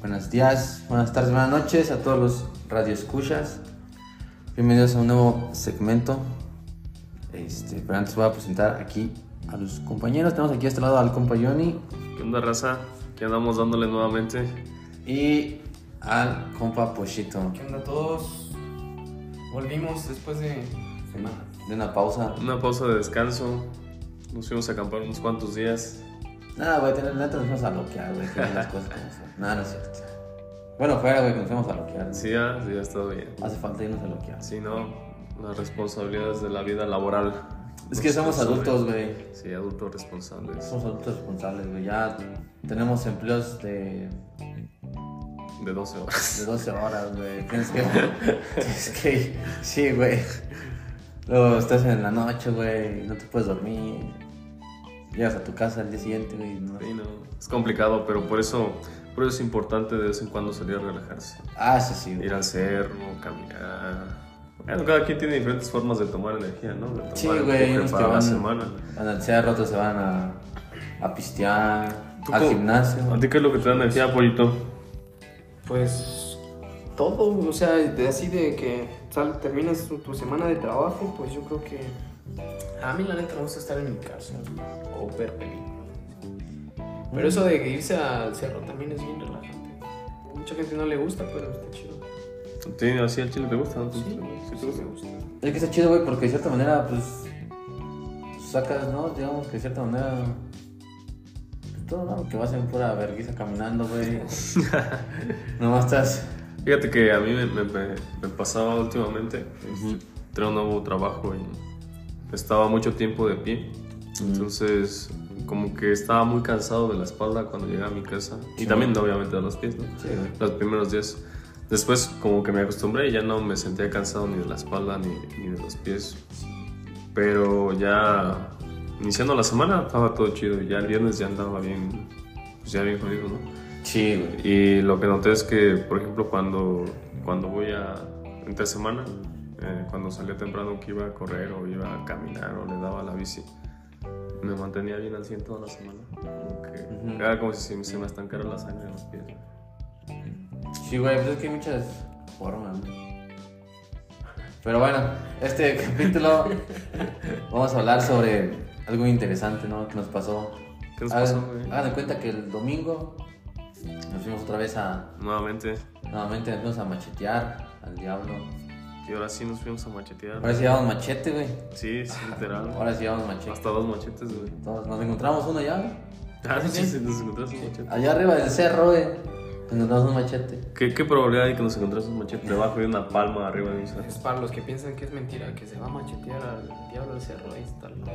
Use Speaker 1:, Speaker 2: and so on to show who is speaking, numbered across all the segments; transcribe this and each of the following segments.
Speaker 1: buenos días, buenas tardes, buenas noches a todos los radioescuchas. Bienvenidos a un nuevo segmento. Este, pero antes voy a presentar aquí a los compañeros. Tenemos aquí a este lado al compa Johnny
Speaker 2: ¿Qué onda, raza? ¿Qué andamos dándole nuevamente?
Speaker 1: y al compa Pochito.
Speaker 3: ¿Qué onda a todos? Volvimos después de semana.
Speaker 1: De una pausa.
Speaker 2: Una pausa de descanso. Nos fuimos a acampar unos cuantos días.
Speaker 1: Nada, güey, tener neta nos fuimos a loquear, güey. que las cosas como son. Nada, no es cierto. Bueno, fuera, güey, que nos fuimos a loquear.
Speaker 2: Sí, ya, sí, ya está bien.
Speaker 1: Hace falta irnos a loquear.
Speaker 2: Si no, las responsabilidades de la vida laboral.
Speaker 1: Es que somos adultos, güey.
Speaker 2: Sí, adultos responsables.
Speaker 1: Somos adultos responsables, güey. Ya tenemos empleos de,
Speaker 2: De 12 horas.
Speaker 1: de 12 horas, güey. Tienes que. tienes que. Sí, güey. Luego estás en la noche, güey. No te puedes dormir. Llegas a tu casa al día siguiente, güey. no-
Speaker 2: Sí, no, Es complicado, pero por eso, por eso es importante de vez en cuando salir a relajarse.
Speaker 1: Ah, sí, sí, güey.
Speaker 2: Ir al cerro, caminar. Bueno, cada quien tiene diferentes formas de tomar energía, ¿no? De tomar
Speaker 1: Sí,
Speaker 2: empuje
Speaker 1: güey. Unos que
Speaker 2: para la
Speaker 1: van,
Speaker 2: semana.
Speaker 1: van al cerro, otros se van a, a pistear,
Speaker 2: ¿Tú
Speaker 1: al
Speaker 2: cómo-
Speaker 1: gimnasio.
Speaker 2: ¿A ti qué es lo que te da energía, pollito?
Speaker 3: Pues todo, o sea, de, así de que sal, terminas tu, tu semana de trabajo, pues yo creo que. A mí la neta me gusta estar en mi casa o ver películas. Pero eso de irse al cerro también es bien relajante. Mucha gente no le gusta, pero está chido.
Speaker 2: ¿A ti así el chile te gusta? ¿no?
Speaker 3: Sí,
Speaker 2: ¿Sí te
Speaker 3: sí
Speaker 2: gusta?
Speaker 3: me gusta.
Speaker 1: Es que está chido, güey, porque de cierta manera, pues. Sacas, ¿no? Digamos que de cierta manera. pues, Todo, ¿no? Que vas en pura vergüenza caminando, güey. Nomás estás.
Speaker 2: Fíjate que a mí me, me- me- me pasaba últimamente, este, tenía un nuevo trabajo y estaba mucho tiempo de pie, entonces como que estaba muy cansado de la espalda cuando llegaba a mi casa y
Speaker 1: Sí.
Speaker 2: también obviamente de los pies, ¿no?
Speaker 1: Sí, güey.
Speaker 2: Los primeros días. Después como que me acostumbré y ya no me sentía cansado ni de la espalda ni, ni de los pies, pero ya iniciando la semana estaba todo chido y ya el viernes ya andaba bien, pues ya bien jodido, ¿no?
Speaker 1: Sí, güey.
Speaker 2: Y lo que noté es que, por ejemplo, cuando, cuando voy a entre semana, eh, cuando salía temprano que iba a correr o iba a caminar o le daba la bici, me mantenía bien al 100 toda la semana. Como que
Speaker 1: Ujú.
Speaker 2: era como si se, se me estancara la sangre en los pies.
Speaker 1: Sí, güey, pues es que hay muchas formas, ¿no? Pero bueno, este capítulo. vamos a hablar sobre algo interesante, ¿no? Que nos pasó.
Speaker 2: ¿Qué nos
Speaker 1: Hagan-
Speaker 2: pasó, güey?
Speaker 1: Hagan de cuenta que el domingo. Nos fuimos otra vez a.
Speaker 2: Nuevamente,
Speaker 1: Nuevamente nos fuimos a machetear al diablo.
Speaker 2: y ahora sí nos fuimos a machetear.
Speaker 1: Ahora sí llevamos machete, güey.
Speaker 2: Sí, sí, literal.
Speaker 1: Ahora sí llevamos machete.
Speaker 2: Hasta dos machetes, güey.
Speaker 1: Entonces, nos encontramos uno ya, güey.
Speaker 2: Ah, sí, sí, nos encontraste un machete.
Speaker 1: Allá arriba del cerro, güey. Nos encontramos un machete.
Speaker 2: ¿Qué, ¿Qué probabilidad hay que nos encontremos un machete debajo de una palma arriba de un cerro?
Speaker 4: Es para los que piensan que es mentira, que se va a machetear al diablo del cerro, ahí está. ¿no?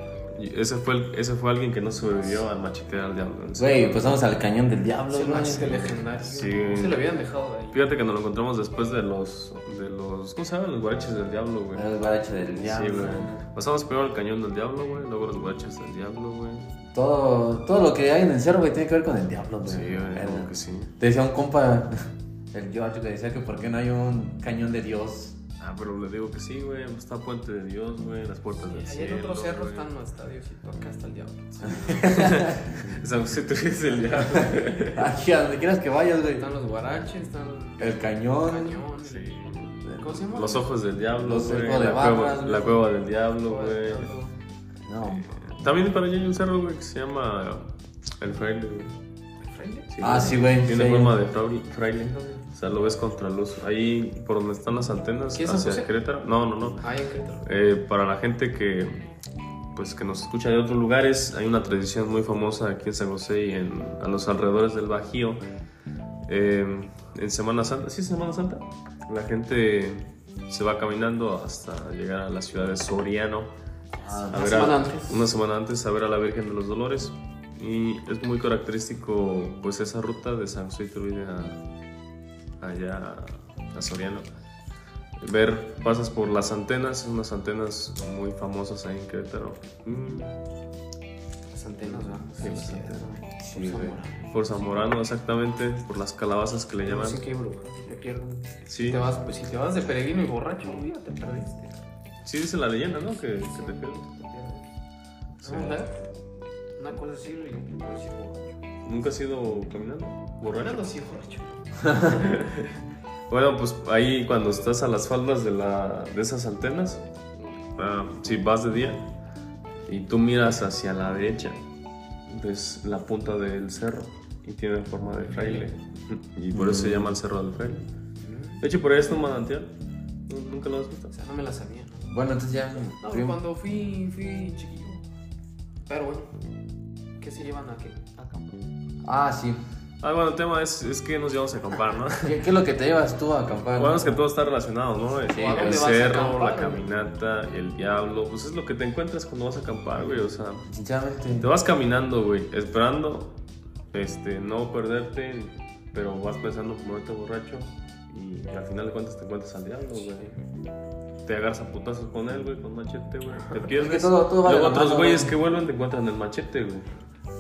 Speaker 2: Y ese fue, el- ese fue alguien que no sobrevivió al machete al diablo. en serio.
Speaker 1: Güey, pasamos al cañón del diablo,
Speaker 4: Ese
Speaker 1: güey.
Speaker 4: machete legendario.
Speaker 2: Sí.
Speaker 4: Se lo habían dejado ahí.
Speaker 2: Fíjate que nos lo encontramos después de los, de los, ¿cómo se llaman? Los guaraches del diablo, güey.
Speaker 1: El guarache Ah, del
Speaker 2: Sí,
Speaker 1: diablo.
Speaker 2: güey. Pasamos primero el cañón del diablo, güey, luego los guaraches del diablo, güey.
Speaker 1: todo, todo lo que hay en el cerro, güey, tiene que ver con el diablo, güey.
Speaker 2: Sí, güey,
Speaker 1: Verga.
Speaker 2: como que sí.
Speaker 1: Te decía un compa, el George, que decía que por qué no hay un cañón de Dios.
Speaker 2: Ah, pero le digo que sí, güey, está Puente de Dios, güey, las puertas del
Speaker 4: Allá
Speaker 2: cielo.
Speaker 4: en otro cerro
Speaker 2: güey.
Speaker 4: están los estadios y tú acá está el diablo.
Speaker 2: San José Turín es el diablo.
Speaker 1: Aquí, a donde quieras que vayas, güey.
Speaker 4: Están los guaraches, están
Speaker 1: El
Speaker 4: los
Speaker 1: cañón.
Speaker 4: cañones.
Speaker 2: Sí.
Speaker 4: ¿Cómo se llama?
Speaker 2: Los ojos del diablo,
Speaker 1: Los
Speaker 2: güey,
Speaker 1: ojos de
Speaker 2: la,
Speaker 1: Barras,
Speaker 2: cueva,
Speaker 1: güey.
Speaker 2: la cueva del diablo, güey.
Speaker 1: No.
Speaker 2: También para allá hay un cerro, güey, que se llama El Fraile, güey.
Speaker 4: ¿Frente?
Speaker 1: Ah, sí, güey.
Speaker 2: Tiene
Speaker 1: sí.
Speaker 2: forma de fraile, fraile. O sea, lo ves contra luz. Ahí por donde están las antenas,
Speaker 4: ¿Qué es San
Speaker 2: hacia
Speaker 4: José?
Speaker 2: Querétaro. No, no, no.
Speaker 4: Ah, en Querétaro.
Speaker 2: Eh, para la gente que pues que nos escucha de otros lugares, hay una tradición muy famosa aquí en San José y en a los alrededores del Bajío. Eh, en Semana Santa, sí, Semana Santa, la gente se va caminando hasta llegar a la ciudad de Soriano
Speaker 1: Ah,
Speaker 2: a
Speaker 4: Una
Speaker 2: ver
Speaker 4: semana
Speaker 2: a-
Speaker 4: antes.
Speaker 2: Una semana antes a ver a la Virgen de los Dolores. Y es muy característico pues esa ruta de San José Iturbide a, allá a Soriano. Ver, pasas por las antenas, unas antenas muy famosas ahí en Querétaro. Mm,
Speaker 4: Las antenas, ¿verdad?
Speaker 2: Sí, las antenas.
Speaker 1: Sí, güey.
Speaker 2: Por Zamorano, exactamente, por las calabazas que le
Speaker 4: No
Speaker 2: llaman.
Speaker 4: sé qué, bro. Me pierdo.
Speaker 2: Sí,
Speaker 4: Si te vas, pues, si te vas de peregrino y borracho, güey, ya te perdiste.
Speaker 2: sí dice la leyenda, ¿no? Que, que te pierdes.
Speaker 4: Te pierdes. ¿No, verdad? Una cosa así, y yo puedo decir borracho.
Speaker 2: ¿Nunca has ido caminando? ¿Borracho?
Speaker 4: Caminando así, borracho.
Speaker 2: Bueno, pues ahí cuando estás a las faldas de, la, de esas antenas, ah, si vas de día y tú miras hacia la derecha, ves la punta del cerro y tiene forma de fraile. Y por eso se llama el cerro del fraile. De hecho, por ahí está un manantial. ¿Nu- ¿Nunca lo has visto?
Speaker 4: O sea, no me la sabía.
Speaker 1: Bueno, entonces ya.
Speaker 4: No,
Speaker 1: primo.
Speaker 4: cuando fui, fui chiquillo. Pero bueno, ¿qué se llevan a qué? A campo.
Speaker 1: Ah, sí.
Speaker 2: Ah, bueno, el tema es, es que nos llevamos a acampar, ¿no?
Speaker 1: ¿Qué, qué es lo que te llevas tú a acampar?
Speaker 2: Bueno, es que todo está relacionado, ¿no? El,
Speaker 1: Sí,
Speaker 2: el
Speaker 1: ¿a dónde
Speaker 4: vas a
Speaker 2: cerro, la
Speaker 4: acampar?
Speaker 2: caminata, el diablo. Pues es lo que te encuentras cuando vas a acampar, güey. O sea, Te
Speaker 1: Sinceramente.
Speaker 2: vas caminando, güey, esperando este, no perderte, pero vas pensando ponerte borracho y al final de cuentas te encuentras al diablo, güey. Te agarras a putazos con él, güey, con machete, güey. Te pierdes.
Speaker 1: todo- todo va de
Speaker 2: Luego
Speaker 1: la
Speaker 2: otros
Speaker 1: mano,
Speaker 2: güeyes
Speaker 1: güey.
Speaker 2: que vuelven te encuentran el machete, güey.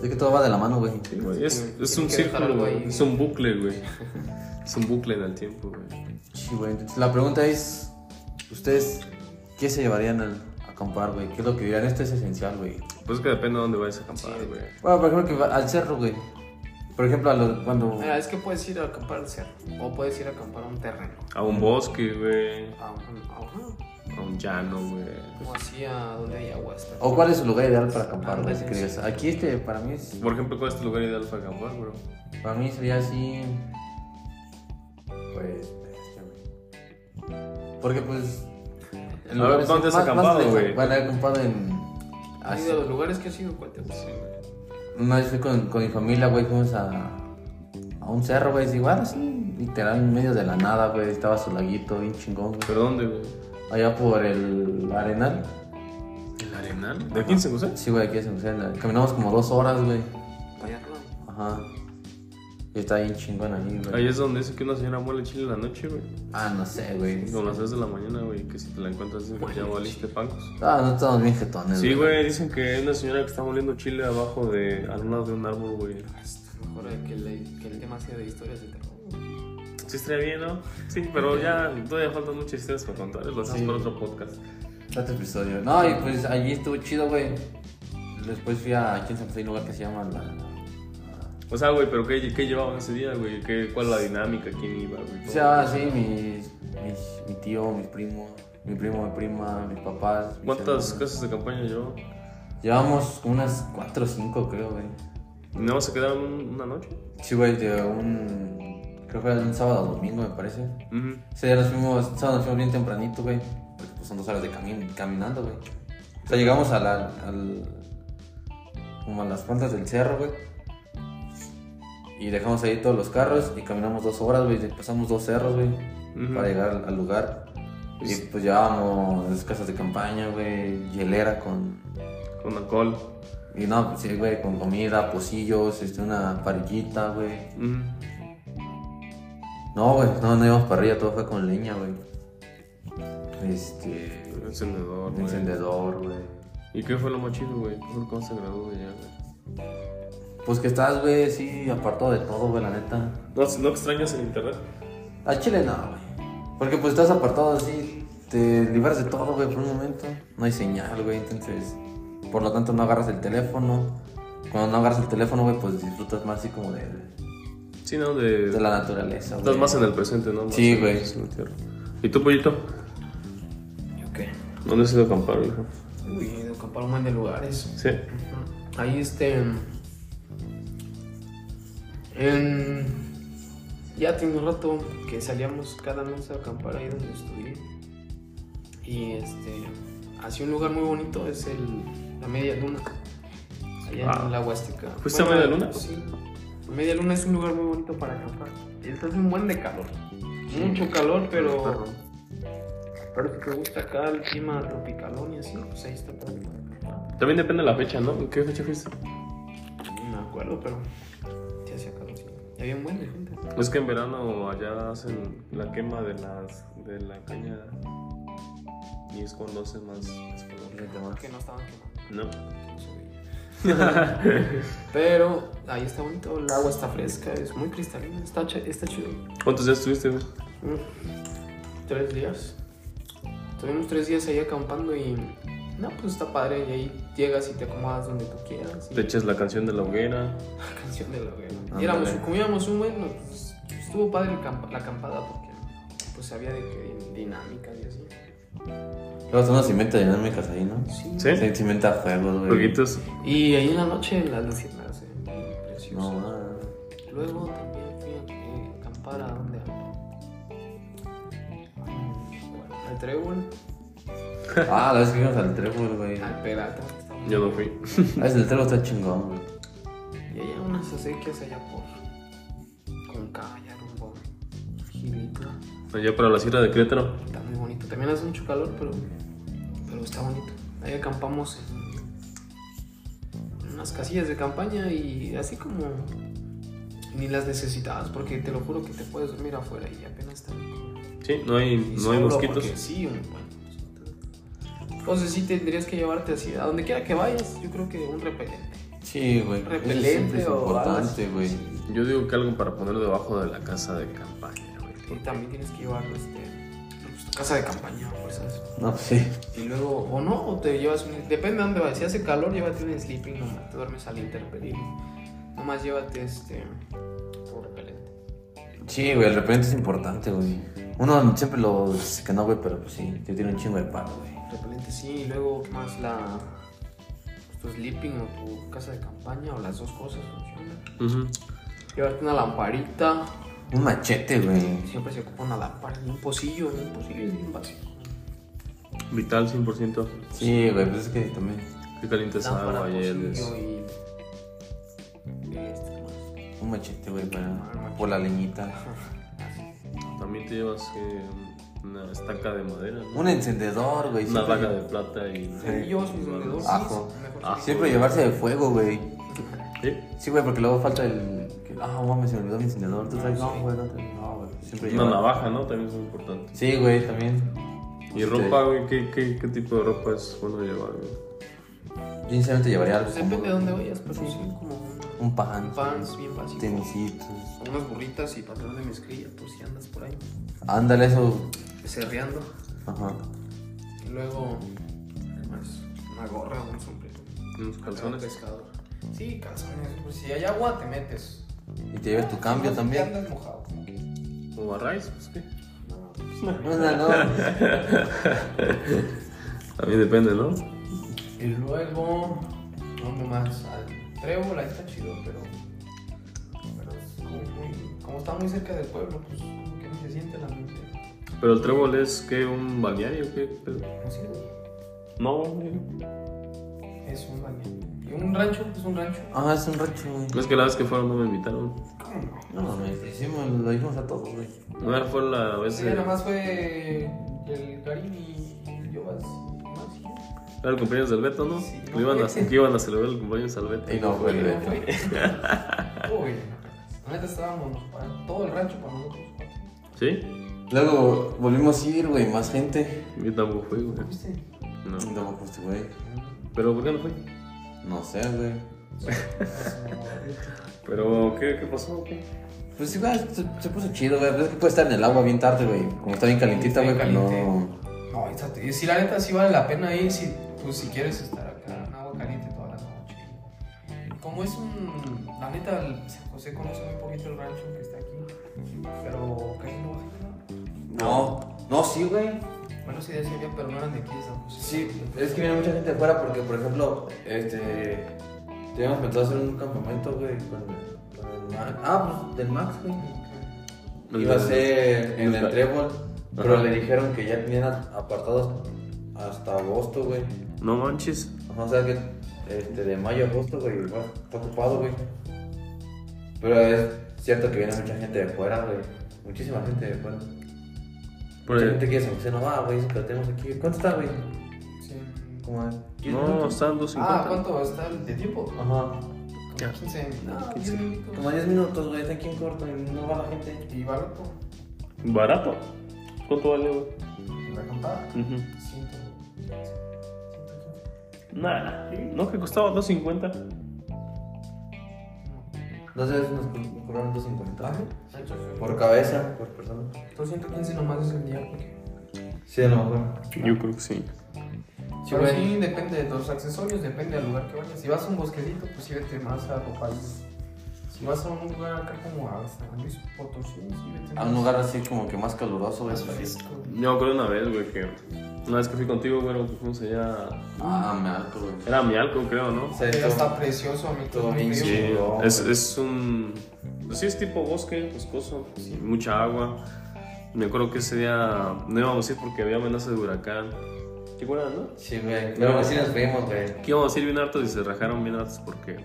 Speaker 1: Es que todo va de la mano, güey.
Speaker 2: Sí, güey, Es,
Speaker 4: güey,
Speaker 2: es
Speaker 4: tiene
Speaker 2: un
Speaker 4: que dejar
Speaker 2: círculo,
Speaker 4: algo
Speaker 2: güey.
Speaker 4: ahí.
Speaker 2: Es un bucle, güey. Es un bucle en el tiempo, güey.
Speaker 1: Sí, güey. Entonces, la pregunta es: ¿Ustedes qué se llevarían al a acampar, güey? ¿Qué es lo que dirían? Esto es esencial, güey.
Speaker 2: Pues es que depende de dónde vayas a acampar,
Speaker 4: Sí.
Speaker 2: güey.
Speaker 1: Bueno, por ejemplo, que va al cerro, güey. Por ejemplo, a los- cuando.
Speaker 4: Mira, Ah, es que puedes ir a acampar al cerro. O puedes ir a acampar a un terreno.
Speaker 2: A un bosque, güey.
Speaker 4: A un, a un-
Speaker 2: A un llano, güey.
Speaker 4: o así a donde hay agua. está.
Speaker 1: ¿O cuál es su lugar ideal para acampar, güey?
Speaker 4: Ándale,
Speaker 1: Que digas,
Speaker 4: Ah, sí.
Speaker 1: Aquí este, para mí, es-
Speaker 2: Por ejemplo, ¿cuál es tu lugar ideal para acampar, bro?
Speaker 1: para mí sería así. Pues. este, güey. Porque, pues.
Speaker 2: A ver, ¿dónde has acampado,
Speaker 1: lejos.
Speaker 2: güey?
Speaker 1: Bueno, he acampado en.
Speaker 4: ¿Has
Speaker 1: así-
Speaker 4: ido a Ah, los lugares que has ido? ¿Cuál te gusta?
Speaker 1: Una vez fui con, con mi familia, güey, fuimos a, a un cerro, güey, es igual así, literal, en medio de la nada, güey, estaba su laguito, bien chingón, güey.
Speaker 2: ¿Pero dónde, güey?
Speaker 1: Allá por el arenal,
Speaker 2: ¿El arenal? ¿De aquí en San José?
Speaker 1: sí, güey, aquí es en Ucela. Caminamos como dos horas, güey,
Speaker 4: Para allá arriba.
Speaker 1: ajá. Y está bien chingón ahí,
Speaker 2: Ahí
Speaker 1: güey.
Speaker 2: es donde dice que una señora muele chile en la noche, güey.
Speaker 1: Ah, no sé, güey.
Speaker 2: Como a las 3 de la mañana, güey, que si te la encuentras dicen que ya valiste pancos.
Speaker 1: Ah, no estamos bien jetones,
Speaker 2: Sí, güey, dicen que hay una señora que está moliendo chile abajo de... al lado de un árbol, güey.
Speaker 4: Está Mejor eh, que el, que el tema sea de historias de terror.
Speaker 2: Sí estaría bien, ¿no? Sí, pero ya todavía faltan muchas historias para contar. Lo hacemos para otro podcast.
Speaker 1: Otro episodio. No, y pues allí estuvo chido, güey. Después fui a, aquí en San José, hay un lugar que se llama la...
Speaker 2: O sea, güey, pero ¿qué, qué llevaban ese día, güey? ¿Qué- ¿Cuál la dinámica? ¿Quién iba, güey?
Speaker 1: O sea, sí, mis, mis- mi tío, mi primo, mi primo, mi prima, mis papás. mis
Speaker 2: ¿Cuántas
Speaker 1: hermanos.
Speaker 2: casas de campaña llevaban?
Speaker 1: Llevamos como unas 4 o 5, creo, güey.
Speaker 2: ¿No se quedaron un- una noche?
Speaker 1: Sí, güey, de un. Creo que era de un sábado a domingo, me parece.
Speaker 2: Ujú.
Speaker 1: Ese día nos fuimos, sábado nos fuimos bien tempranito, güey. Porque pues, son dos horas de cami- caminando, güey. O sea, llegamos a la, al, como a las puntas del cerro, güey. Y dejamos ahí todos los carros y caminamos dos horas, güey. y Pasamos dos cerros, güey.
Speaker 2: Ujú.
Speaker 1: Para llegar al, al lugar. Y pues llevábamos casas de campaña, güey. Hielera con...
Speaker 2: Con alcohol.
Speaker 1: Y no, pues sí, güey, con comida, pocillos, este, una parrillita, güey.
Speaker 2: Ujú.
Speaker 1: No, güey, no, no llevamos parrilla, todo fue con leña, güey. Este.
Speaker 2: Encendedor,
Speaker 1: Un
Speaker 2: güey.
Speaker 1: encendedor, güey.
Speaker 2: ¿Y qué fue lo más chido, güey? ¿Qué fue lo que más te agradó de allá, güey?
Speaker 1: Pues que estás, güey, sí, apartado de todo, güey, la neta.
Speaker 2: ¿No, no extrañas el internet?
Speaker 1: A Chile no, güey. Porque pues estás apartado así, te liberas de todo, güey, por un momento. No hay señal, güey, entonces. Por lo tanto, no agarras el teléfono. Cuando no agarras el teléfono, güey, pues disfrutas más así como de,
Speaker 2: Sí, ¿no? De,
Speaker 1: de la naturaleza, güey.
Speaker 2: Estás más en el presente, ¿no? Más
Speaker 1: Sí,
Speaker 2: en-
Speaker 1: güey.
Speaker 2: en la tierra. ¿Y tú, pollito?
Speaker 4: ¿Yo qué?
Speaker 2: ¿Dónde has ido a acampar, hijo?
Speaker 4: Uy, he ido a acampar un buen de lugares.
Speaker 2: Sí.
Speaker 4: Ujú. Ahí este. En. Ya tiene un rato que salíamos cada mes a acampar ahí donde estudié. Y este. Así un lugar muy bonito es el, la Media Luna. Allá
Speaker 2: Ah.
Speaker 4: en la Huasteca.
Speaker 2: ¿Fuiste a Media Luna?
Speaker 4: Sí. La Media Luna es un lugar muy bonito para acampar. Y Está un buen de calor. Mucho calor, pero. Pero si te gusta acá el clima tropicalón y así, pues ahí está perfecto para acampar.
Speaker 2: También depende de la fecha, ¿no? ¿En ¿Qué fecha fuiste?
Speaker 4: No me acuerdo, pero sí hacía calor. sí. Y Había un buen de gente.
Speaker 2: Es que en verano allá hacen la quema de las de la caña y es cuando hace más, más calor.
Speaker 1: Fíjate más.
Speaker 4: Que no estaban quemando.
Speaker 2: No.
Speaker 4: no se veía. pero ahí está bonito, el agua está fresca, es muy cristalina, está, ch- está chido.
Speaker 2: ¿Cuántos días estuviste, güey?
Speaker 4: Mm. Tres días. Estuvimos tres días ahí acampando y No, pues está padre y ahí llegas y te acomodas donde tú quieras. y-
Speaker 2: Te echas la canción de la hoguera.
Speaker 4: La canción de la hoguera.
Speaker 1: Ándale.
Speaker 4: Y éramos, como íbamos un buen, pues, estuvo padre el camp- la acampada porque pues había de que dinámica y así.
Speaker 1: Luego uno se inventa dinámicas ahí, ¿no?
Speaker 4: Sí.
Speaker 2: ¿Sí?
Speaker 1: Se, se inventa juegos, güey.
Speaker 2: Jueguitos.
Speaker 4: Y ahí en la noche las luciérnagas, eh, precioso.
Speaker 1: No, ma.
Speaker 4: Luego también fui a eh, acampar a donde Bueno, Mm, al trébol,
Speaker 1: Ah, la vez que fuimos al trébol, güey.
Speaker 4: al peralta. que está muy-
Speaker 2: Yo no fui.
Speaker 1: Ah, ese del trébol está chingón, güey.
Speaker 4: Y allá unas acequias allá por. Con allá rumbo. a Gilitla.
Speaker 2: Allá para la Sierra de Querétaro.
Speaker 4: Está muy bonito. También hace mucho calor, pero, pero está bonito. Ahí acampamos en, en unas casillas de campaña y así como ni las necesitabas, porque te lo juro que te puedes dormir afuera y apenas está
Speaker 2: Sí, no hay, no hay mosquitos.
Speaker 4: Sí, un buen mosquito. Entonces sí tendrías que llevarte así, a donde quiera que vayas, yo creo que un repelente.
Speaker 1: Sí, güey. Eso siempre
Speaker 4: Repelente
Speaker 1: es
Speaker 4: o
Speaker 1: importante,
Speaker 4: algo.
Speaker 1: güey.
Speaker 2: Yo digo que algo para poner debajo de la casa de campaña, güey.
Speaker 4: Y también tienes que llevar este, pues, tu casa de campaña, fuerzas.
Speaker 1: No, pues sí.
Speaker 4: Y luego, o no, o te llevas un. Depende de dónde vas. Si hace calor, llévate un sleeping nomás. Te duermes al interpedir. Nomás llévate este. Un repelente.
Speaker 1: Sí, güey, el repelente es importante, güey. Uno siempre lo dice que no, güey, pero pues sí, yo tiene un chingo de paro, güey.
Speaker 4: Repelente sí, y luego, ¿qué más? La. pues, tu sleeping o tu casa de campaña o las dos cosas funcionan.
Speaker 2: Ujú.
Speaker 4: Llevarte una lamparita.
Speaker 1: Un machete, güey.
Speaker 4: Siempre se ocupa una lámpara. Y un pocillo, ¿no? un pocillo es bien básico.
Speaker 2: Vital 100%.
Speaker 1: Sí, güey, pues es que también.
Speaker 2: Que calientes agua,
Speaker 4: Lámpara, pues,
Speaker 2: hieles.
Speaker 4: pocillo y. y este, ¿qué más?
Speaker 1: Un machete, güey, para.
Speaker 4: machete.
Speaker 1: Por la leñita.
Speaker 2: También te llevas eh, una estaca de madera, ¿no?
Speaker 1: Un encendedor, güey.
Speaker 2: Una
Speaker 1: siempre-
Speaker 2: vaca de plata y...
Speaker 4: Sí, yo, sus vendedores, sí,
Speaker 1: Ajo. Ah,
Speaker 4: mejor
Speaker 2: Ajo.
Speaker 1: Siempre llevarse de fuego, güey.
Speaker 2: Sí.
Speaker 1: Sí, güey, porque luego falta el. que, Ah, mames, se me olvidó mi encendedor. ¿Tú traes? No, güey, no traes. No, güey. Siempre
Speaker 2: Ah, Una
Speaker 1: llevar-
Speaker 2: navaja, ¿no? También es muy importante.
Speaker 1: Sí, güey, también.
Speaker 2: Y
Speaker 1: Este,
Speaker 2: ropa, güey, ¿qué, qué, qué tipo de ropa es bueno llevar, güey?
Speaker 1: Yo sinceramente llevaría algo.
Speaker 4: Pues depende de
Speaker 1: como
Speaker 4: dónde vayas, pero sí, como un
Speaker 1: Un pan.
Speaker 4: pants bien básico.
Speaker 1: Tenisitos.
Speaker 4: Unas burritas y pantalón de mezclilla, por si andas por ahí
Speaker 1: Ándale, eso.
Speaker 4: cerreando.
Speaker 1: Ajá.
Speaker 4: Y luego, ¿qué más? Una gorra, un sombrero.
Speaker 2: Unos calzones.
Speaker 4: pescador. Sí, calzones. Pues si hay agua, te metes.
Speaker 1: Y te llevas tu cambio
Speaker 4: Si no,
Speaker 1: también.
Speaker 4: te andas mojado.
Speaker 2: ¿O barrais? Pues qué.
Speaker 1: Bueno, no.
Speaker 2: También depende, ¿no?
Speaker 4: Y luego, ¿dónde más? Al trébol, ahí está chido, pero. Pero es como, muy- como está muy cerca del pueblo, pues como que no se siente la mente.
Speaker 2: Pero el trébol es, ¿qué? ¿Un balneario? ¿Qué? pedo?
Speaker 4: No sirve.
Speaker 2: No, güey.
Speaker 4: Es un baño. Y un rancho, es un rancho.
Speaker 1: Ah, es un racho, güey.
Speaker 2: No es que la vez que fueron no me invitaron.
Speaker 1: No mames, hicimos, lo hicimos a todos, güey.
Speaker 2: No era fue la vez...
Speaker 4: Sí,
Speaker 2: eh,
Speaker 4: nomás fue el Karim y yo más. más y yo.
Speaker 2: Era el cumpleaños del Beto, ¿no?
Speaker 4: Sí,
Speaker 2: Que iban, a, que iban a celebrar el cumpleaños al Beto.
Speaker 1: Y no fue el
Speaker 4: Pero
Speaker 1: Beto.
Speaker 4: fue- Uy, la neta estábamos para todo el rancho para nosotros.
Speaker 2: ¿Sí?
Speaker 1: Luego volvimos a ir, güey, más gente.
Speaker 2: Yo tampoco fui, güey.
Speaker 4: ¿Viste?
Speaker 2: No.
Speaker 1: No, pues, güey.
Speaker 2: ¿Pero por qué no fui?
Speaker 1: No sé, güey.
Speaker 2: ¿Pero qué, qué pasó? ¿Qué?
Speaker 1: Pues sí, güey, se, se puso chido, güey. Pero es que puede estar en el agua bien tarde, güey. Como está bien calentita,
Speaker 4: Bien
Speaker 1: güey, pues no.
Speaker 4: No, exacto. Y si la neta sí vale la pena ir si, pues, si quieres estar acá en agua caliente toda la noche. Como es un. La neta, el San José conoce muy poquito el rancho que está aquí. Pero casi no va gente, ¿no?
Speaker 1: No, no, sí, güey.
Speaker 4: Bueno, sí, de ese día, pero no eran de aquí de San José.
Speaker 1: Sí, es que viene mucha gente de fuera porque, por ejemplo, este. Teníamos pensado hacer un campamento, güey, con, con el Max. Ah, pues del Max, güey. Iba a ser en el Trébol, pero
Speaker 2: Ajá.
Speaker 1: le dijeron que ya tenían apartados hasta agosto, güey.
Speaker 2: No manches.
Speaker 1: Ajá, O sea que este, de mayo a agosto, güey, igual está ocupado, güey. Pero es cierto que viene mucha gente de fuera, güey. Muchísima gente de fuera.
Speaker 2: Por
Speaker 1: mucha
Speaker 2: el-
Speaker 1: gente que se dice, no va, güey, eso que lo tenemos aquí. ¿Cuánto está, güey?
Speaker 4: Sí.
Speaker 1: Como a 10
Speaker 2: No,
Speaker 1: minutos.
Speaker 2: están 250.
Speaker 4: Ah, ¿cuánto está el de tiempo?
Speaker 1: Ajá.
Speaker 2: Ya.
Speaker 4: 15. No,
Speaker 2: 15.
Speaker 4: 15 minutos.
Speaker 1: Como a 10 minutos, güey, está aquí en corto y no va la gente.
Speaker 4: Y barato.
Speaker 2: ¿Barato? ¿Cuánto vale, güey?
Speaker 4: Y la acampada.
Speaker 2: Ujú.
Speaker 4: 100. 115.
Speaker 2: Nah, no que costaba 250.
Speaker 1: Entonces nos co- cobraron 250.
Speaker 4: No.
Speaker 1: Por cabeza, por persona.
Speaker 4: Por 115 nomás es el día porque.
Speaker 1: Sí, a lo mejor.
Speaker 2: Yo creo que sí.
Speaker 1: Sí,
Speaker 4: Pero
Speaker 1: güey.
Speaker 4: sí, depende de los accesorios, depende del lugar que vayas. Si vas a un bosquecito, pues sí vete más arropado. Si vas a un lugar acá como a San Luis Potosí, sí vete
Speaker 1: A
Speaker 4: más
Speaker 1: un lugar pues, así como que más caluroso, güey.
Speaker 4: más fresco.
Speaker 2: Yo me acuerdo una vez, güey, que. Una vez que fui contigo, güey, que fuimos allá.
Speaker 1: Ah, me alco, güey.
Speaker 2: Era Mialco, creo, ¿no?
Speaker 1: O sea, esto-
Speaker 4: Pero está precioso, amigo.
Speaker 1: Todo bien,
Speaker 4: Frío.
Speaker 2: Sí,
Speaker 1: No,
Speaker 2: es,
Speaker 1: güey.
Speaker 2: es un. Pues sí, es tipo bosque, boscoso, sí, mucha agua. Me acuerdo que ese día no íbamos a ir porque había amenaza de huracán. ¿Te acuerdas, no?
Speaker 1: Sí, güey. Pero sí nos reímos, güey.
Speaker 2: Que íbamos a ir bien hartos y se rajaron bien hartos porque.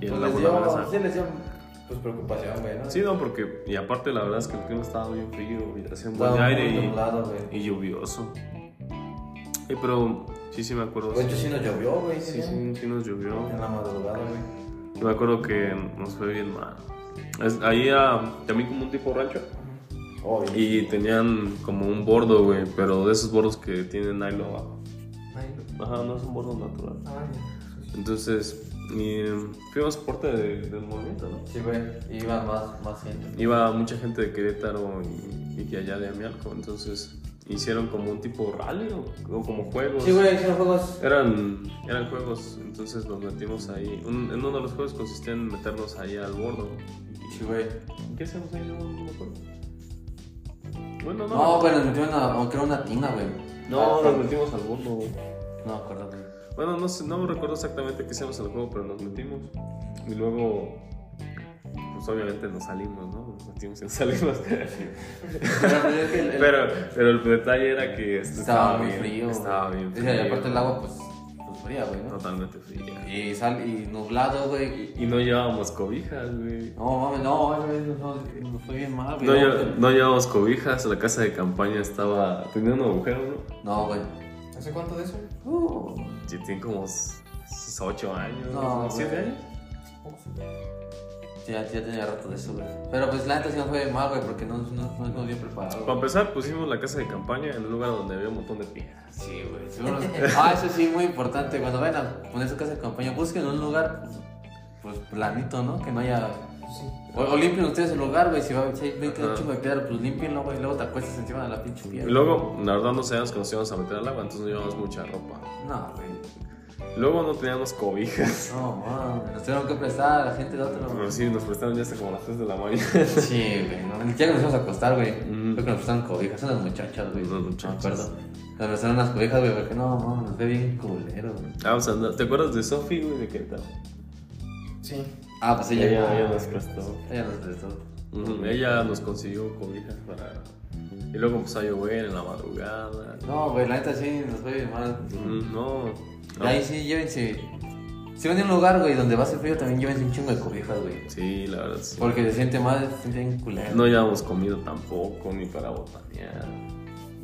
Speaker 2: Y
Speaker 1: Pues
Speaker 2: el agua
Speaker 1: les
Speaker 2: la
Speaker 1: dio,
Speaker 2: amenaza.
Speaker 1: sí les dio, pues, preocupación, güey, ¿no?
Speaker 2: Sí, no, porque. Y aparte, la verdad es que el clima estaba bien frío y hacía un
Speaker 1: Estaba
Speaker 2: buen
Speaker 1: muy
Speaker 2: aire y,
Speaker 1: nublado, güey.
Speaker 2: y lluvioso. Eh, pero sí, sí me acuerdo.
Speaker 1: De hecho, Pues sí nos llovió, güey.
Speaker 2: Sí,
Speaker 1: ¿no?
Speaker 2: sí, sí nos llovió.
Speaker 1: En la madrugada, güey.
Speaker 2: Yo me acuerdo que nos fue bien mal. Es- Ahí ah, también como un tipo rancho.
Speaker 1: Obvio.
Speaker 2: Oh, Y tenían como un bordo, güey, pero de esos bordos que tienen nylon abajo.
Speaker 4: Ay,
Speaker 2: Ajá, no es un bordo natural.
Speaker 4: ah, ya. Sí, sí.
Speaker 2: Entonces, y, mm, fuimos parte de- del movimiento, ¿no?
Speaker 1: Sí, güey. Y iban más, más gente.
Speaker 2: Iba mucha gente de Querétaro y, y de allá de Amialco, entonces hicieron como un tipo rally o, o como juegos.
Speaker 1: Sí, güey, hicieron juegos.
Speaker 2: Eran, eran juegos, entonces nos metimos ahí. Un- en uno de los juegos consistía en meternos ahí al bordo.
Speaker 1: Sí, güey.
Speaker 2: ¿Y ¿Qué hacíamos ahí? No, no me acuerdo. Bueno, no.
Speaker 1: No, güey, nos metieron a, o que era una tina, güey.
Speaker 2: No, nos metimos al bordo, güey.
Speaker 1: No, acuérdate.
Speaker 2: Bueno, no, sé, no me recuerdo exactamente qué hicimos en el juego, pero nos metimos. Y luego, pues obviamente nos salimos, ¿no? Nos metimos y nos salimos.
Speaker 1: Pero, es que el- el-
Speaker 2: pero, pero el detalle era que este
Speaker 1: estaba muy frío.
Speaker 2: Estaba bien
Speaker 1: frío. Y aparte el agua, pues, pues fría, güey, ¿no?
Speaker 2: Totalmente fría.
Speaker 1: Y, sal, y nublado, güey.
Speaker 2: Y, y no llevábamos cobijas, güey.
Speaker 1: No, mames, no, güey, no, no, no pues, fue bien mal, güey.
Speaker 2: No, lle- no llevábamos cobijas, la casa de campaña estaba. tenía un agujero, ¿no?
Speaker 1: No, güey.
Speaker 4: ¿Hace cuánto de eso?
Speaker 1: Uh,
Speaker 2: Sí, tiene como 8 años,
Speaker 1: No,
Speaker 2: 7
Speaker 1: güey.
Speaker 2: años.
Speaker 1: sí, ya, ya tenía rato de eso, güey. Pero pues la neta sí no fue bien mal, güey, porque no, no, no nos dio preparado.
Speaker 2: Para empezar, pusimos la casa de campaña en un lugar donde había un montón de piedras.
Speaker 1: Sí, güey. seguro- Ah, eso sí, muy importante. Cuando vayan a poner su casa de campaña, busquen un lugar, pues, planito, ¿no? Que no haya...
Speaker 4: Sí.
Speaker 1: O, o limpien ustedes el lugar, güey. Si, va- si hay ven que hay un
Speaker 2: Ajá.
Speaker 1: chingo de piedra, pues limpienlo, güey. Y luego te acuestas encima de la pinche
Speaker 2: Y
Speaker 1: piedra.
Speaker 2: luego, la verdad, no sabíamos que nos íbamos a meter al agua, entonces no llevábamos mucha ropa.
Speaker 1: No, güey.
Speaker 2: Luego no teníamos cobijas.
Speaker 1: No, mames. Nos tuvieron que prestar a la gente de otro,
Speaker 2: Pero
Speaker 1: güey.
Speaker 2: sí, nos prestaron ya hasta como las 3 de la mañana.
Speaker 1: Sí, güey. No. El día que nos íbamos a acostar, güey.
Speaker 2: Mm.
Speaker 1: Creo que nos prestaron cobijas. Unas muchachas, güey.
Speaker 2: Unas
Speaker 1: No me
Speaker 2: muchachas.
Speaker 1: acuerdo. Nos prestaron unas cobijas, güey. Porque no, mames. Nos ve bien culero, güey.
Speaker 2: Ah, o sea, ¿no- ¿te acuerdas de Sofi, güey, de Querétaro?
Speaker 4: Sí.
Speaker 1: Ah, pues ella.
Speaker 2: Ella, ella nos prestó.
Speaker 1: Ella nos prestó.
Speaker 2: Ujú, Ella nos consiguió cobijas para. Y luego empezó a llover en la madrugada.
Speaker 1: No, güey. La neta sí nos fue bien mal.
Speaker 2: Ujú, No. Ah.
Speaker 1: Y Ahí sí, llévense. Si van a un lugar, güey, donde va a ser frío, también llévense un chingo de cobijas, güey.
Speaker 2: Sí, la verdad sí.
Speaker 1: Porque se siente mal, se siente bien culero.
Speaker 2: No llevábamos comido tampoco, ni para botanear.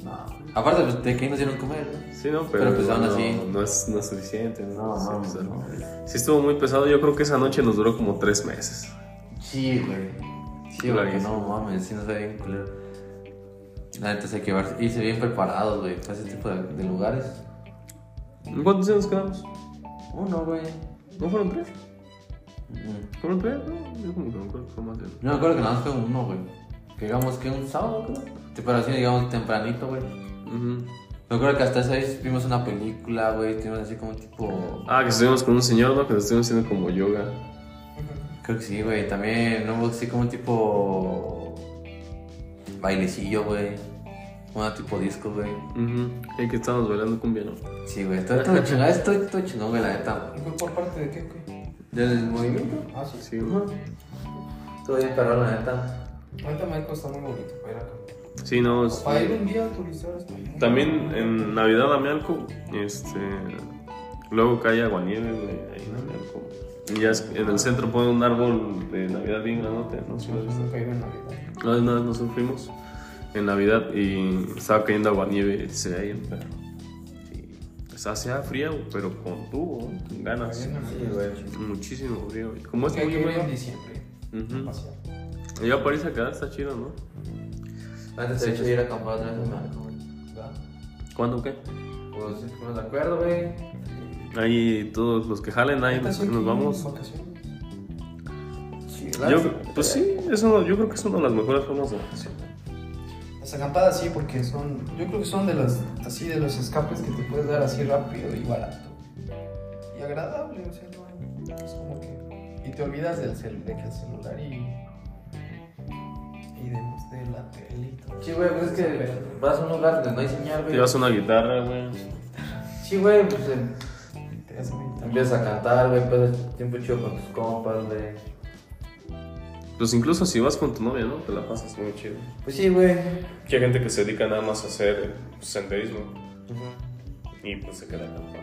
Speaker 1: No. Aparte, pues, de que ahí nos dieron comer, ¿no?
Speaker 2: Sí, no, pero,
Speaker 1: Pero pues aún
Speaker 2: no,
Speaker 1: así.
Speaker 2: no es, no es suficiente. No,
Speaker 1: No,
Speaker 2: Sí,
Speaker 1: mames,
Speaker 2: pues,
Speaker 1: no.
Speaker 2: Sí, estuvo muy pesado. Yo creo que esa noche nos duró como tres meses.
Speaker 1: Sí, güey. Sí,
Speaker 2: Claro
Speaker 1: güey,
Speaker 2: que
Speaker 1: no mames, sí nos ve bien culero. La neta, sí hay que llevarse- irse bien preparados, güey, para ese tipo de, de lugares.
Speaker 2: ¿En cuántos días nos quedamos?
Speaker 1: Uno, güey.
Speaker 2: ¿No fueron tres?
Speaker 1: Mm.
Speaker 2: ¿Fueron tres? No, yo como que no creo que fue más de
Speaker 1: Yo me acuerdo que nada más fue uno, güey. Que llegamos que un sábado, creo. Sí, Pero así llegamos tempranito, güey.
Speaker 2: Ujú.
Speaker 1: Me acuerdo que hasta esa vez vimos una película, güey. Tuvimos así como tipo.
Speaker 2: Ah, que estuvimos con un señor, ¿no? Que nos estuvimos haciendo como yoga.
Speaker 1: Creo que sí, güey. También no hubo así como un tipo. Bailecillo, güey. Una tipo disco, güey.
Speaker 2: Ujú. Y que estábamos bailando cumbia, ¿no?
Speaker 1: Sí, güey. Todo, todo chingón. Estoy todo chingón, güey, la neta.
Speaker 4: ¿Y fue por parte de qué? qué?
Speaker 1: ¿Del movimiento?
Speaker 4: Ah, sí.
Speaker 2: Sí.
Speaker 1: Todo bien, perrón, la neta.
Speaker 4: Ahorita México está muy bonito para ir acá.
Speaker 2: Sí, no. es-
Speaker 4: Para ir un día a turistar hasta ahí.
Speaker 2: También en Navidad a Mialco, este. Luego cae aguanieve, güey, ahí en Amialco. Y ya es- en el centro pone un árbol de Navidad bien grandote, ¿no? Sí,
Speaker 4: No,
Speaker 2: lo has
Speaker 4: yo
Speaker 2: visto.
Speaker 4: nunca he ido en Navidad.
Speaker 2: Una vez nada más nos fuimos en Navidad y estaba cayendo aguanieve y se veía ahí el perro. Y se hacía frío, pero con tubo, ¿no? con
Speaker 4: Ahí
Speaker 2: ganas.
Speaker 4: en Navidad.
Speaker 2: Muchísimo frío. Y Como es
Speaker 4: Hay
Speaker 2: muy
Speaker 4: que ir en
Speaker 2: frío.
Speaker 4: diciembre.
Speaker 2: Ujú.
Speaker 4: pasear.
Speaker 2: Y ya París a quedar está chido, ¿no?
Speaker 1: Antes de hecho ir a acampar otra vez, güey.
Speaker 4: ¿verdad?
Speaker 2: ¿Cuándo qué?
Speaker 1: Pues estuvimos de acuerdo, güey.
Speaker 2: Ahí todos los que jalen, ahí
Speaker 4: Ahorita
Speaker 2: nos,
Speaker 4: sí hay que
Speaker 2: nos
Speaker 4: ir
Speaker 2: vamos.
Speaker 4: en vacaciones.
Speaker 1: Sí,
Speaker 2: Yo, pues sí, es uno- yo creo que es una de las mejores formas de vacaciones.
Speaker 4: Así Las acampadas sí, porque son, yo creo que son de las, así de los escapes que te puedes dar así rápido y barato. Y agradable, o sea, no, es como que... Y te olvidas del cel- de que el celular y... Y de, de la tele y todo.
Speaker 1: Sí, güey, pues es que vas a un lugar donde no hay señal,
Speaker 2: Te
Speaker 1: güey.
Speaker 2: llevas una guitarra, güey.
Speaker 1: Sí, güey, pues eh,
Speaker 4: Te hace bien.
Speaker 1: empiezas a cantar, güey, pasas tiempo chido con tus compas, güey.
Speaker 2: Pues incluso si vas con tu novia, ¿no? Te la pasas muy chido.
Speaker 1: Pues sí, güey.
Speaker 2: Aquí hay gente que se dedica nada más a hacer senderismo y pues se queda acampado.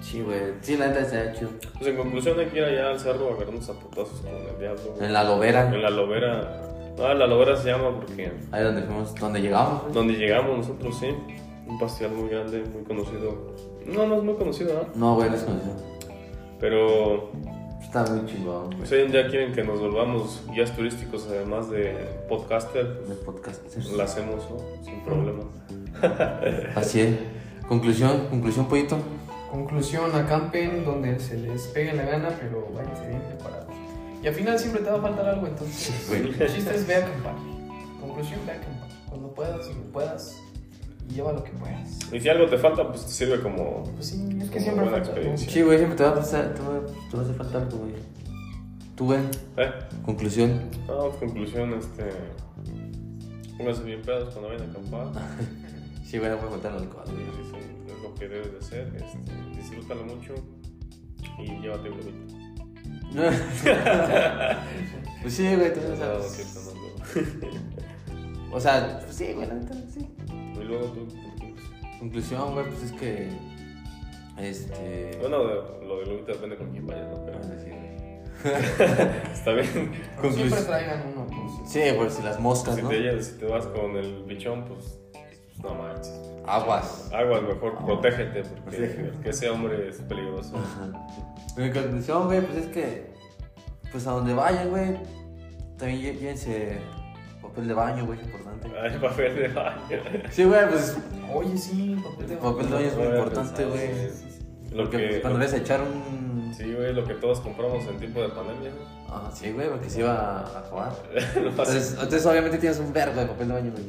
Speaker 1: Sí, güey. Sí, la neta se ha hecho.
Speaker 2: Pues en conclusión hay que ir allá al cerro a agarrarnos a putazos con el diablo. güey.
Speaker 1: En la lobera,
Speaker 2: En la lobera. Ah, la lobera se llama porque
Speaker 1: ahí donde fuimos, donde llegamos, güey.
Speaker 2: donde llegamos nosotros, sí. Un pastial muy grande, muy conocido. No, no es muy conocido, ¿no?
Speaker 1: No, güey, no es conocido.
Speaker 2: Pero
Speaker 1: Está muy chingón, güey.
Speaker 2: si hoy en día quieren que nos volvamos guías turísticos, además de podcaster,
Speaker 1: De podcast.
Speaker 2: pues, la hacemos, ¿no? Sin problema.
Speaker 1: Así es. Conclusión, conclusión, pollito.
Speaker 4: Conclusión, acampen donde se les pegue la gana, pero váyanse bien preparados. Y al final siempre te va a faltar algo, entonces
Speaker 1: güey.
Speaker 4: el chiste es ve a acampar. Conclusión, ve a acampar. Cuando puedas, cuando puedas, y lleva lo que puedas.
Speaker 2: Y si algo te falta, pues te sirve como
Speaker 4: Pues sí, es que
Speaker 2: Como
Speaker 4: siempre
Speaker 2: buena
Speaker 4: falta algo.
Speaker 2: experiencia.
Speaker 1: Sí, güey, siempre te va a pasar, te va, te va a hacer falta algo, güey. Tú, güey,
Speaker 2: ¿Eh?
Speaker 1: conclusión.
Speaker 2: No, Ah, conclusión, este. Pónganse bien pedos cuando vayan a
Speaker 1: Ah,
Speaker 2: acampar.
Speaker 1: Sí, güey, no puedo contar las cosas, güey.
Speaker 2: Eso es lo que debes de hacer. Este, disfrútalo mucho y llévate un globito.
Speaker 1: pues sí, güey, tú
Speaker 2: No,
Speaker 1: sabes.
Speaker 2: que está mal,
Speaker 1: O sea, pues sí, güey, la neta, sí.
Speaker 2: ¿no? Y luego tú. concluyes.
Speaker 1: Conclusión, güey, pues es que. Este.
Speaker 2: Bueno, de- lo del globito depende con quién vayas, ¿no? Pero
Speaker 1: bueno, sí, güey.
Speaker 2: está bien.
Speaker 4: Pero Siempre
Speaker 1: Conclus-
Speaker 4: traigan uno, pues.
Speaker 1: Sí, por si las moscas,
Speaker 2: Si
Speaker 1: ¿no?
Speaker 2: te, llevas- si te vas con el bichón, pues. pues No manches.
Speaker 1: Aguas.
Speaker 2: Aguas, mejor
Speaker 1: Ah.
Speaker 2: protégete, porque
Speaker 1: Protégete.
Speaker 2: el que ese hombre es peligroso.
Speaker 1: Mi conclusión, güey, pues es que. Pues a donde vayan, güey. También lle- llévense papel de baño, güey, es importante.
Speaker 2: Ay, papel de baño.
Speaker 1: Sí, güey, pues
Speaker 4: Oye, sí, papel de
Speaker 1: el papel de baño es muy
Speaker 2: No había
Speaker 1: importante,
Speaker 2: pensado,
Speaker 1: güey.
Speaker 2: sí. Lo
Speaker 1: Porque
Speaker 2: que,
Speaker 1: pues, cuando le vas a echar un.
Speaker 2: Sí, güey, lo que todos compramos en tiempo de pandemia. ¿no?
Speaker 1: Ah, sí, güey, porque se iba a acabar.
Speaker 2: Lo más-
Speaker 1: Entonces, entonces, obviamente tienes un verbo de papel de baño, güey.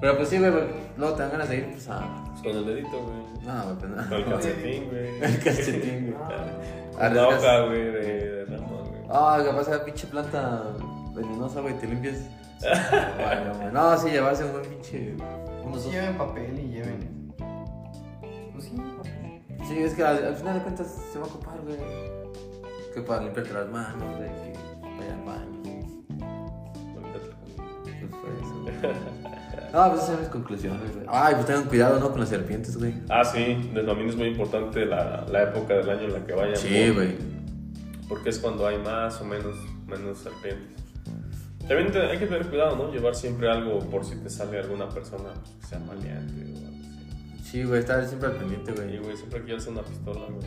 Speaker 1: Pero pues sí, güey, porque luego te dan ganas de ir, pues a.
Speaker 2: pues, con el dedito, güey.
Speaker 1: No, güey, pues
Speaker 2: Con el
Speaker 1: no.
Speaker 2: calcetín, güey.
Speaker 1: El calcetín, güey.
Speaker 4: Ah,
Speaker 2: Con La
Speaker 1: Arriesgas.
Speaker 2: hoja, güey, de, de rama, güey.
Speaker 1: Ah, capaz esa pinche planta venenosa, güey, te limpias. Bueno, güey. No, sí, llevarse un buen pinche. Unos
Speaker 4: Sí,
Speaker 1: dos.
Speaker 4: pues lleven papel y lleven. Pues sí, papel.
Speaker 1: Sí, es que al, al final de cuentas se va a ocupar, güey. Que para limpiarte las manos, güey, que vaya al baño. Pues fue eso, güey. No, pues esas son mis conclusiones, güey. Ay, pues tengan cuidado, ¿no? Con las serpientes, güey.
Speaker 2: Ah, sí, de- también es muy importante la, la época del año en la que vayan.
Speaker 1: Sí,
Speaker 2: por-
Speaker 1: güey.
Speaker 2: Porque es cuando hay más o menos, menos serpientes. También te- hay que tener cuidado, ¿no? Llevar siempre algo por si te sale alguna persona pues, que sea maleante o algo así.
Speaker 1: Sí, güey, estar siempre al pendiente,
Speaker 2: Y,
Speaker 1: güey.
Speaker 2: güey, siempre que llevas una pistola, güey.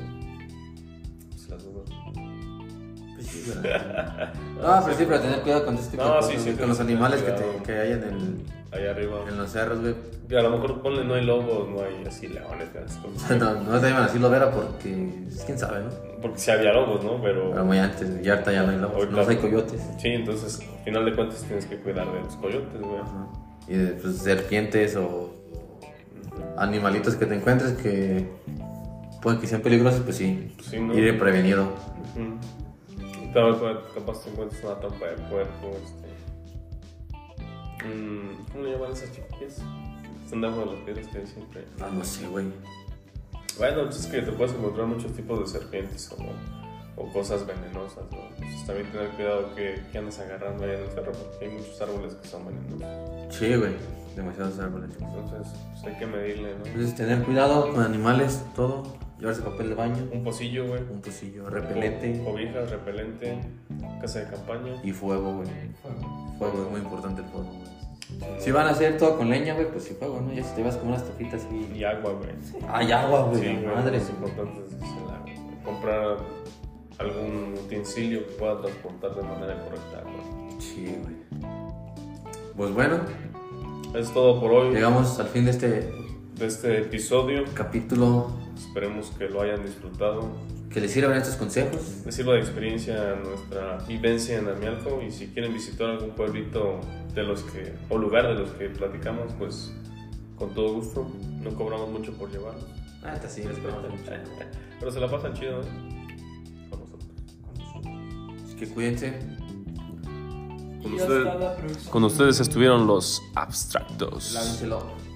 Speaker 2: Pues las dudas.
Speaker 1: Pues sí, güey. No, pero sí, pero tener cuidado con este tipo
Speaker 2: No,
Speaker 1: de
Speaker 2: sí,
Speaker 1: cosas,
Speaker 2: sí,
Speaker 1: güey,
Speaker 2: tienes
Speaker 1: con los
Speaker 2: que
Speaker 1: animales que,
Speaker 2: tener
Speaker 1: te,
Speaker 2: cuidado.
Speaker 1: que hay en, el,
Speaker 2: Allá arriba.
Speaker 1: en los cerros, güey.
Speaker 2: Y a lo mejor ponle no hay lobos, no hay así leones, grandes cosas.
Speaker 1: No, no te llaman así lobera porque, pues, quién sabe, ¿no?
Speaker 2: Porque sí había lobos, ¿no?
Speaker 1: Pero
Speaker 2: Pero
Speaker 1: muy antes, güey, ya ahorita ya no hay lobos,
Speaker 2: Ahorita-
Speaker 1: no hay coyotes.
Speaker 2: sí, entonces al final de cuentas tienes que cuidar de los coyotes, güey.
Speaker 1: Ajá. Y de, pues, serpientes o animalitos que te encuentres que pueden que sean peligrosos, pues sí.
Speaker 2: Pues sí, ¿no?
Speaker 1: Ir prevenido.
Speaker 2: Ujú. Y tal vez güey, capaz te encuentres una trampa de cuerpo, este. mm, ¿Cómo le llaman esas chiquillas? Están debajo de las piedras que hay siempre.
Speaker 1: Ah, No, no sé, güey.
Speaker 2: Bueno, pues es que te puedes encontrar muchos tipos de serpientes o, o cosas venenosas, ¿no? Entonces también tener cuidado que, que andas agarrando allá en el cerro porque hay muchos árboles que son venenosos.
Speaker 1: Sí, güey. Demasiados árboles.
Speaker 2: Entonces, pues hay que medirle, ¿no?
Speaker 1: Entonces, tener cuidado con animales, todo. Llevarse papel de baño,
Speaker 2: Un pocillo, güey.
Speaker 1: un pocillo, repelente
Speaker 2: Cobijas, repelente, casa de campaña.
Speaker 1: y fuego, güey.
Speaker 4: Fuego.
Speaker 1: Fuego, es muy importante el fuego, güey. Si van a hacer todo con leña, güey, pues sí, fuego, ¿no? Ya si te vas con unas toquitas
Speaker 2: Y
Speaker 1: y...
Speaker 2: agua, güey.
Speaker 1: Hay agua, güey.
Speaker 2: Sí,
Speaker 1: la
Speaker 2: güey,
Speaker 1: madre,
Speaker 2: lo más importante es el agua. güey. Comprar algún utensilio que pueda transportar de manera correcta, güey.
Speaker 1: Sí, güey. Pues bueno,
Speaker 2: Es todo por hoy
Speaker 1: llegamos al fin de este
Speaker 2: de este episodio.
Speaker 1: capítulo.
Speaker 2: Esperemos que lo hayan disfrutado.
Speaker 1: que les sirvan estos consejos.
Speaker 2: Les sirva de experiencia nuestra vivencia en Amialco y si quieren visitar algún pueblito de los que, o lugar de los que platicamos, pues con todo gusto, no cobramos mucho por llevarlos.
Speaker 1: Ah, está sí, les podemos mucho.
Speaker 2: Pero se la pasan chido, ¿eh? Con nosotros.
Speaker 1: Así que cuídense.
Speaker 2: Con, ustedes- con ustedes estuvieron los abstractos.
Speaker 1: Lávenselo.